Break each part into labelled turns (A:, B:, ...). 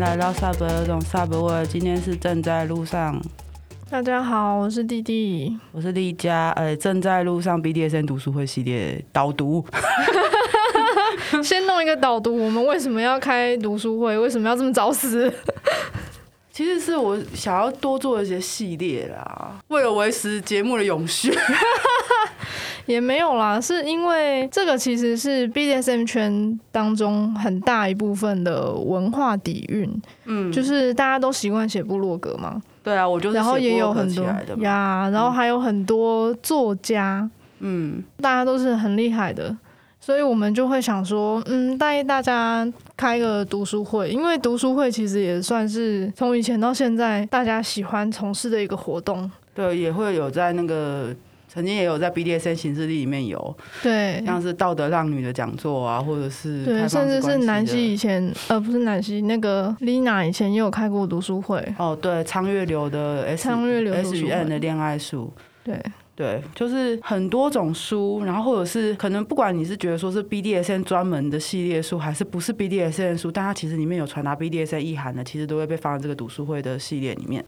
A: 来到 Sub 有种 Sub，我今天是正在路上，
B: 大家好，我是弟弟。
A: 我是丽佳，呃，正在路上 BDSN 读书会系列导读，
B: 先弄一个导读，我们为什么要开读书会？为什么要这么早死？
A: 其实是我想要多做一些系列啦，为了维持节目的永续。
B: 也没有啦，是因为这个其实是 BDSM 圈当中很大一部分的文化底蕴，
A: 嗯，
B: 就是大家都习惯写部落格嘛，
A: 对啊，我就是
B: 然后
A: 写
B: 也有
A: 部落格
B: 很
A: 起
B: 多
A: 来的嘛，
B: 呀，然后还有很多作家，
A: 嗯，
B: 大家都是很厉害的，所以我们就会想说，嗯，带大家开个读书会，因为读书会其实也算是从以前到现在大家喜欢从事的一个活动，
A: 对，也会有在那个。曾经也有在 BDSN 形式力里面有，
B: 对。
A: 像是道德浪女的讲座啊，或者是开
B: 嗯对，
A: 放
B: 甚至是
A: 关系
B: 南
A: 的
B: 希以前，呃，不是南希，那个 Lina 以前也有开过读书会，
A: 哦，对，苍月流的 S
B: 苍月流读
A: S
B: 书
A: 与 N
B: 会
A: 的恋爱术，
B: 对，
A: 对，就是很多种书，然后或者是可能不管你是觉得说是 BDSN 专门的系列书，还是不是 BDSN 书，但它其实里面有传达 BDSN 意涵的，其实都会被放在这个读书会的系列里面。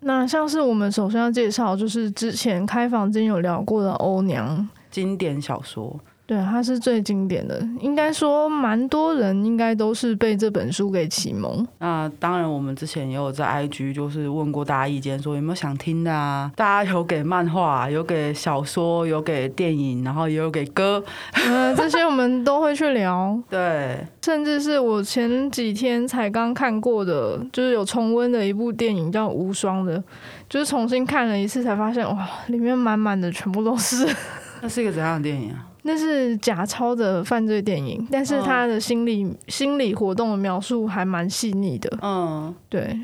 B: 那像是我们首先要介绍，就是之前开房间有聊过的欧娘，
A: 经典小说，
B: 对，它是最经典的，应该说蛮多人应该都是被这本书给启蒙。
A: 那当然我们之前也有在 IG 就是问过大家意见，说有没有想听的啊？大家有给漫画，有给小说，有给电影，然后也有给歌，
B: 嗯、这些我们都会去聊，
A: 对，
B: 甚至是我前几天才刚看过的，就是有重温的一部电影叫《无双》的，就是重新看了一次才发现，哇，里面满满的全部都是。
A: 那是一个怎样的电影啊？
B: 那是假钞的犯罪电影，但
A: 嗯
B: 是他的心理、心理活动的描述还蛮细腻的。
A: 嗯。
B: 对，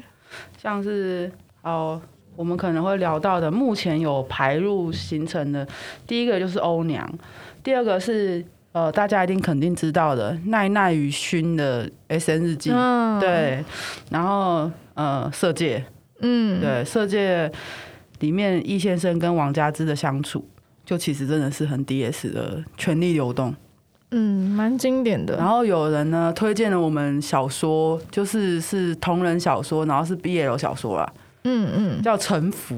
A: 像是哦，我们可能会聊到的，目前有排入行程的，第一个就是欧娘，第二个是呃，大家一定肯定知道的奈奈与勋的 S N 日记，
B: 嗯，，
A: 对，然后呃，色戒，
B: 嗯，
A: 对，色戒里面易先生跟王家之的相处。就其实真的是很 D S 的权力流动，
B: 嗯，蛮经典的。
A: 然后有人呢推荐了我们小说，就是是同人小说，然后是 BL 小说啦，
B: 嗯嗯，
A: 叫《臣服》，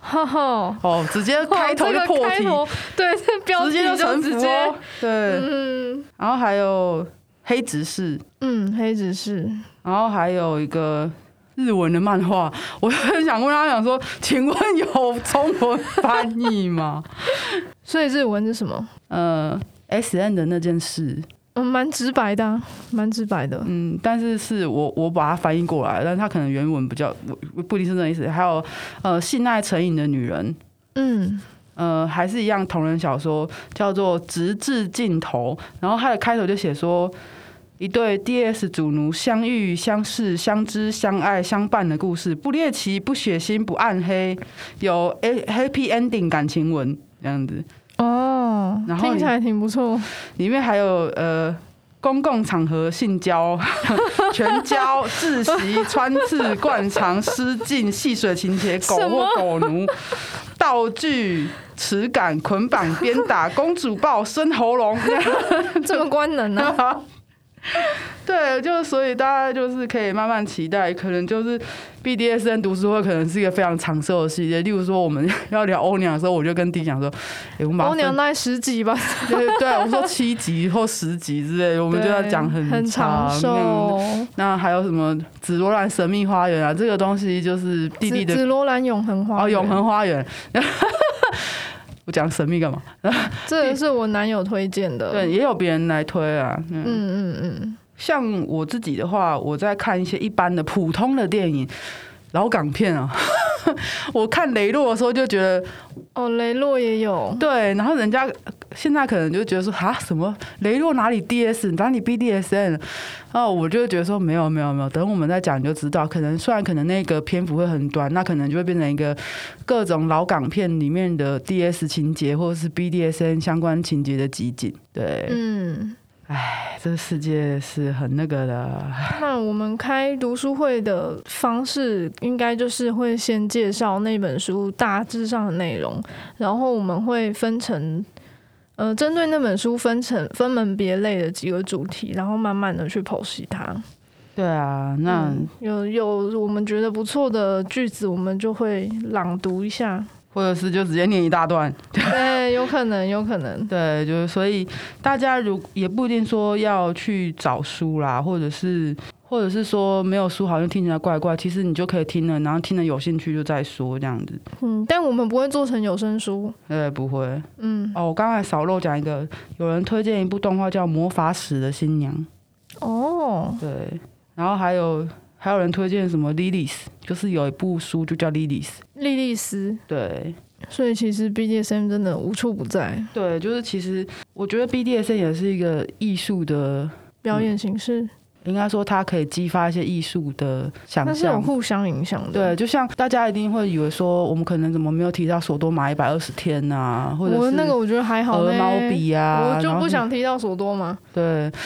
B: 哈哈，
A: 哦，直接 开头就破
B: 哇这个开
A: 题，
B: 头 对，这标
A: 直
B: 题
A: 接就
B: 就
A: 臣
B: 直
A: 服
B: 接
A: 哦，。对，
B: 嗯
A: 然后还有黑执事，
B: 嗯，黑执事，
A: 然后还有一个日文的漫画，我很想问他想说，请问有中文翻译吗？
B: 所以日文是什么？
A: 呃，S N 的那件事，
B: 嗯，蛮直白的、啊，蛮直白的。
A: 嗯，但是是我我把它翻译过来，但是它可能原文比较不不一定是那意思。还有呃，性爱成瘾的女人，
B: 嗯，
A: 呃，还是一样同人小说，叫做《直至尽头》，然后它的开头就写说。一对 D.S 主奴相遇、相识、相知、相爱、相伴的故事，不猎奇、不血腥、不暗黑，有 A happy ending 感情文这样子。
B: 哦，
A: 然后
B: 听
A: 你
B: 起来挺不 错。
A: 里面还有呃公共场合性交、 全交、窒息、穿刺、灌肠、失禁、戏水情节、狗
B: 什么
A: 或狗奴、道具、持杆、捆绑、鞭打、公主抱、伸喉咙。
B: 这么官能呢、啊？
A: 对，就是所以大家就是可以慢慢期待，可能就是 BDSN 读书会可能是一个非常长寿的系列。例如说，我们 要聊欧娘的时候，我就跟弟讲说：“哎、我们把它
B: 欧
A: 分
B: 娘大概十集吧，
A: 对 对，我说七集或十集之类，我们就要讲
B: 对
A: 很
B: 很长
A: 那
B: 寿
A: 样。那还有什么紫罗兰神秘花园啊？这个东西就是弟弟
B: 紫
A: 的
B: 紫罗兰永恒花园
A: 哦，永，恒花园。 我讲神秘干嘛？
B: 这个是我男友推荐的。
A: 对，，也有别人来推啊。嗯，
B: 嗯嗯嗯，
A: 像我自己的话，我在看一些一般的普通的电影，老港片啊。 我看雷洛的时候就觉得
B: 哦，雷洛也有，
A: 对，然后人家现在可能就觉得说啊，什么雷洛哪里 DS 哪里 BDSN，啊，我就觉得说没有没有没有，等我们再讲你就知道。可能虽然可能那个篇幅会很短，那可能就会变成一个各种老港片里面的 DS 情节或者是 BDSN 相关情节的集锦。对，
B: 嗯。
A: 哎、这个世界是很那个的。
B: 那我们开读书会的方式，应该就是会先介绍那本书大致上的内容，然后我们会分成，呃，针对那本书分成分门别类的几个主题，然后慢慢的去剖析它。
A: 对啊，那、
B: 嗯有有我们觉得不错的句子，我们就会朗读一下。
A: 或者是就直接念一大段，
B: 对，有可能，有可能。
A: 对，就是所以大家如也不一定说要去找书啦，或者是或者是说没有书好像听起来怪怪，其实你就可以听了，然后听了有兴趣就再说这样子。
B: 嗯，但我们不会做成有声书。
A: 呃，不会
B: 嗯，
A: 哦，我刚才少漏讲一个，有人推荐一部动画叫《魔法使的新娘》，
B: 哦，
A: 对，然后还有还有人推荐什么《Lilies》，就是有一部书就叫《Lilies》，
B: 莉莉丝。
A: 对，
B: 所以其实 BDSM 真的无处不在，
A: 对，就是其实我觉得 BDSM 也是一个艺术的，
B: 表演形式、
A: 嗯应该说它可以激发一些艺术的想
B: 那是有
A: 象。
B: 互相影响的。
A: 对，就像大家一定会以为说，我们可能怎么没有提到索多玛一百二十天呐、或者
B: 我
A: 是
B: 那个我觉得还好
A: 鹅
B: 呢，
A: 毛笔啊，
B: 我就
A: 然后
B: 不
A: 是
B: 想提到索多嘛。
A: 对，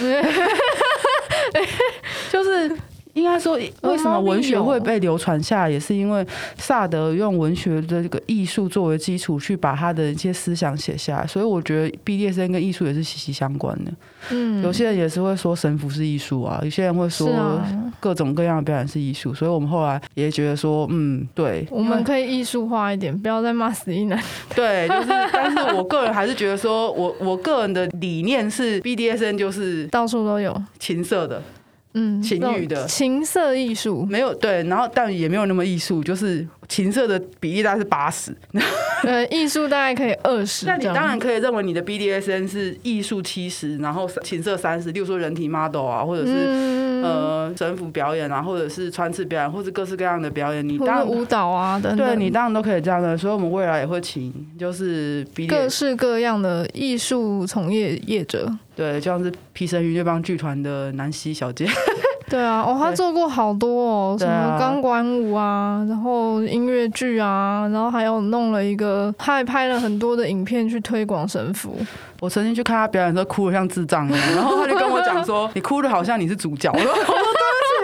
A: 就是应该说，为什么文学会被流传下来，也是因为萨德用文学的这个艺术作为基础，去把他的一些思想写下来。所以我觉得 BDSM 跟艺术也是息息相关的。
B: 嗯，
A: 有些人也是会说神符是艺术啊，有些人会
B: 是
A: 说
B: 啊，
A: 各种各样的表演是艺术，所以我们后来也觉得说，嗯，对，
B: 我
A: 因为
B: 们可以艺术化一点，不要再骂死一 男。
A: 对，就是，但是我个人还是觉得说，我我个人的理念是 BDSN 就是
B: 到处都有，
A: 情色的，
B: 嗯，
A: 情欲的
B: 那种情色艺术，
A: 没有对，然后但也没有那么艺术，就是情色的比例大概是八十，
B: 呃，艺术大概可以二十。
A: 那你当然可以认为你的 BDSN 是艺术七十，然后情色三十，例如说人体 model 啊，或者是。
B: 嗯，
A: 呃，神服表演啊，或者是穿刺表演，或是各式各样的表演，你
B: 或
A: 当
B: 者
A: 然
B: 舞蹈啊等等，
A: 对你当然都可以这样的，所以我们未来也会请就是
B: 各
A: BDS
B: 式各样的艺术从业业者。
A: 对，像是皮神云乐帮剧团的南希小姐，
B: 对啊，哦，他
A: 对
B: 做过好多哦，什
A: 对啊
B: 么钢管舞啊，然后音乐剧啊，然后还有弄了一个，他还拍了很多的影片去推广神符。
A: 我曾经去看她表演的时候哭得像智障一样，然后她就跟我讲说：“你哭的好像你是主角。” 我说：“我说对不啊起，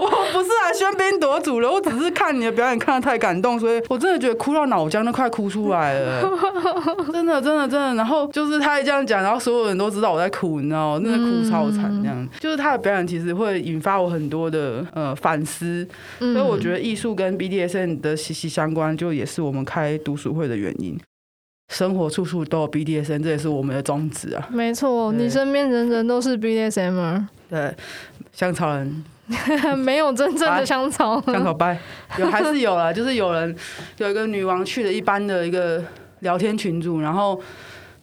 A: 我我不是来喧宾夺主了，我只是看你的表演看得太感动，所以我真的觉得哭到脑浆都快哭出来了，真的真的真的。”然后就是她一这样讲，然后所有人都知道我在哭，你知道吗？真的哭超惨这样。就是她的表演其实会引发我很多的呃反思，
B: 嗯，
A: 所以我觉得艺术跟 BDSN 的息息相关，就也是我们开读书会的原因。生活处处都有 BDSN，这也是我们的宗旨啊。
B: 没错，
A: 对
B: 你身边人人都是 BDSM，
A: 对，香草人、
B: 没有真正的香草。
A: 香 草拜，有还是有啦，就是有人有一个女王去了一般的一个聊天群组，然后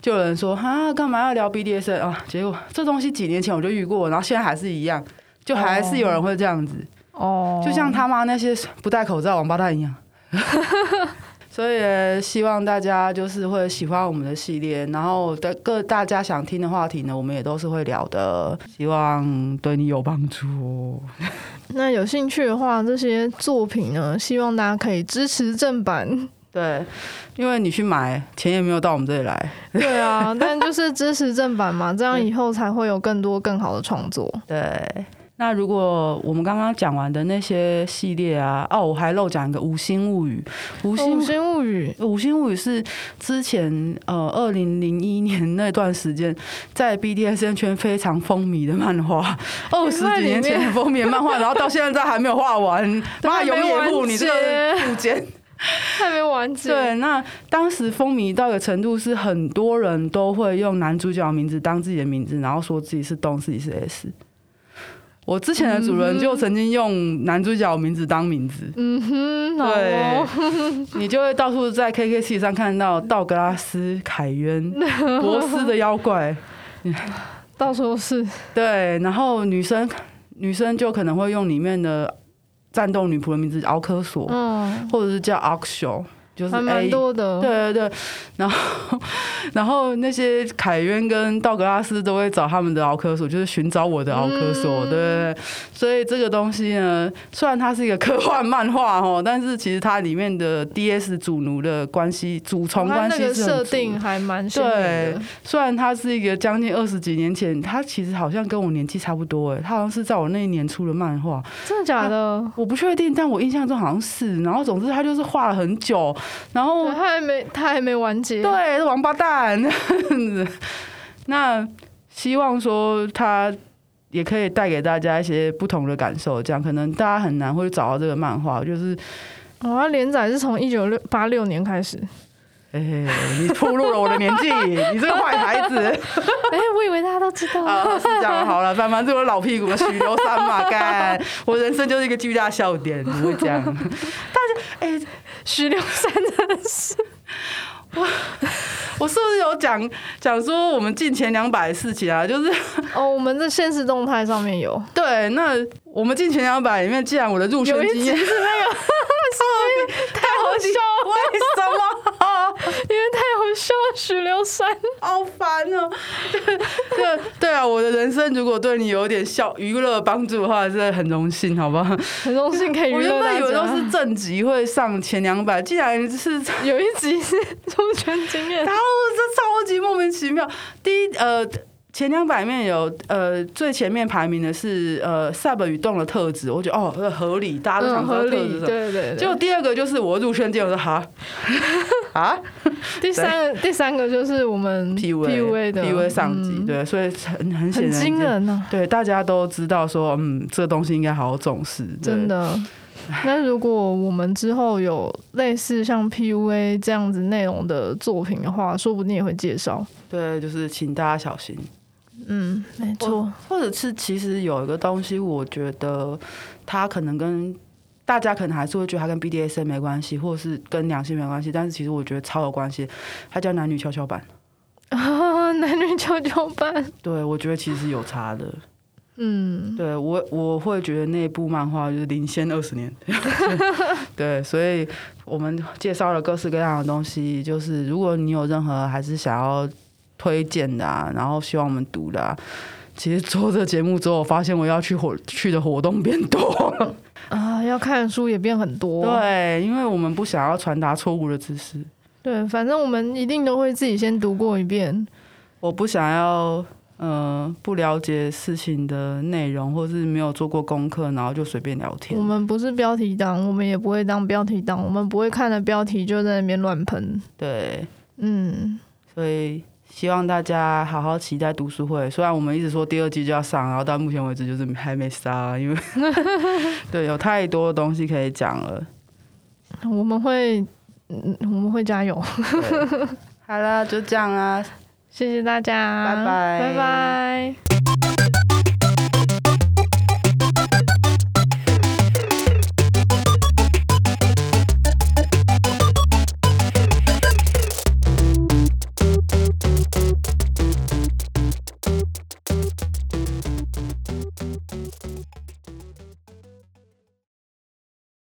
A: 就有人说啊，干嘛要聊 BDSN 啊？结果这东西几年前我就遇过，然后现在还是一样，就还是有人会这样子。
B: 哦，
A: 就像他妈那些不戴口罩王八蛋一样。所以呃希望大家就是会喜欢我们的系列，然后的各大家想听的话题呢，我们也都是会聊的，希望对你有帮助哦。
B: 那有兴趣的话，这些作品呢，希望大家可以支持 正版。
A: 对，因为你去买，钱也没有到我们这里来。
B: 对啊，但就是支持正版嘛，这样以后才会有更多更好的创作。
A: 对，那如果我们刚刚讲完的那些系列啊，哦，我还漏讲一个《无心物语》，《无
B: 《
A: 心
B: 五星 物语》
A: 《五星物语》是之前呃，二零零一年那段时间在 BDSN 圈非常风靡的漫 画，二十几年前很风靡的漫画，然后到现在还没有画 完，妈永野户你这个不简。
B: 还没完结。
A: 对，那当时风靡到的程度是很多人都会用男主角的名字当自己的名字，然后说自己是东，自己是 S。我之前的主人就曾经用男主角的名字当名字，
B: 嗯哼，好哦，
A: 对，你就会到处在 KKC 上看到道格拉斯、凯渊、博斯的妖怪，
B: 到时候是
A: 对，然后女生女生就可能会用里面的战斗女仆的名字奥科索，
B: 嗯，
A: 或者是叫 Oxio，就是
B: 还蛮
A: A。
B: 多的。
A: 对对对，然后 然后那些凯渊跟道格拉斯都会找他们的奥科索，就是寻找我的奥科索，
B: 嗯
A: 对对对。所以这个东西呢，虽然它是一个科幻漫画哦，但是其实它里面的 DS 主奴的关系、主从
B: 哦它
A: 关
B: 那
A: 系
B: 个
A: 是很
B: 设
A: 足
B: 定。还蛮鲜明
A: 对
B: 的，，
A: 虽然它是一个将近二十几年前，它其实好像跟我年纪差不多哎，它好像是在我那一年出的漫画，
B: 真的假的？
A: 我不确定，但我印象中好像是。然后总之它就是画了很久，然后
B: 对它还没，它还没完结。哦
A: 对， 王八蛋那希望说他也可以带给大家一些不同的感受。这样可能大家很难会找到这个漫画，就是
B: 我要连载是从一九六八六年开 始，
A: 哎、你暴露了我的年 纪，你这个坏孩子
B: 哎、我以为大家都知道了。
A: 啊！是这样好了，反反正我老屁股许留山嘛，干，我人生就是一个巨大笑点，不会 这样。大家哎、
B: 石榴山真的是，
A: 我是不是有讲讲说我们进前两百的事情啊？就是
B: 哦，我们在现实动态上面有，
A: 对，那我们进前两百里面，既然我的入选
B: 有一
A: 经验
B: 集是那个 石榴，太好笑了，
A: 为什么？
B: 因为太好笑了，石榴山。
A: 好烦哦、 对对啊，我的人生如果对你有点笑娱乐帮助的话，真的很荣幸，好不好？
B: 很荣幸可以娱
A: 我原
B: 乐大
A: 本
B: 家。
A: 以为都是正极会上前两百，既然是
B: 有一集是中圈经验
A: 然，后这超级莫名其妙。第一，呃，前两百面有，呃，最前面排名的是呃 Sub 与动的特质，我觉得哦合理，大家都想
B: 嗯，
A: 知道
B: 合
A: 特
B: 理，
A: 质是什么。
B: 对对对。
A: 就第二个就是我入圈见，我说哈啊
B: 第三个，第三个就是我们
A: P U
B: PUA 的
A: P U A 上级，
B: 嗯
A: 对，所以很很显
B: 很
A: 然
B: 惊人啊呢、
A: 对，大家都知道说，嗯，这东西应该好好重视，对
B: 真。的。那如果我们之后有类似像 PUA 这样子内容的作品的话，说不定也会介绍。
A: 对，就是请大家小心。
B: 嗯，没
A: 或，或者是其实有一个东西，我觉得它可能跟大家可能还是会觉得它跟 BDSM 没关系，或者是跟良性没关系，但是其实我觉得超有关系。它叫男女跷跷板，
B: 啊， 男女跷跷板，
A: 对我觉得其实有差的。
B: 嗯，
A: 对我我会觉得那部漫画就是领先二十年， 对，所以我们介绍了各式各样的东西，就是如果你有任何还是想要推荐的、啊，然后希望我们读的、啊。其实做这节目之后，我发现我要去活去的活动变多 了。
B: 啊，要看的书也变很多。
A: 对，因为我们不想要传达错误的知识，
B: 对，反正我们一定都会自己先读过一遍。
A: 我不想要呃不了解事情的内容，或是没有做过功课，然后就随便聊天
B: 我。们不是标题党，我们也不会当标题党，我们不会看了标题就在那边乱喷。
A: 对，
B: 嗯，
A: 所以希望大家好好期待读书会。虽然我们一直说第二季就要上，然后到目前为止就是还没上，因为 对有太多东西可以讲了。
B: 我们会，嗯，我们会加油。
A: 对好了，就这样啦，
B: 谢谢大家，
A: 拜拜
B: 拜拜。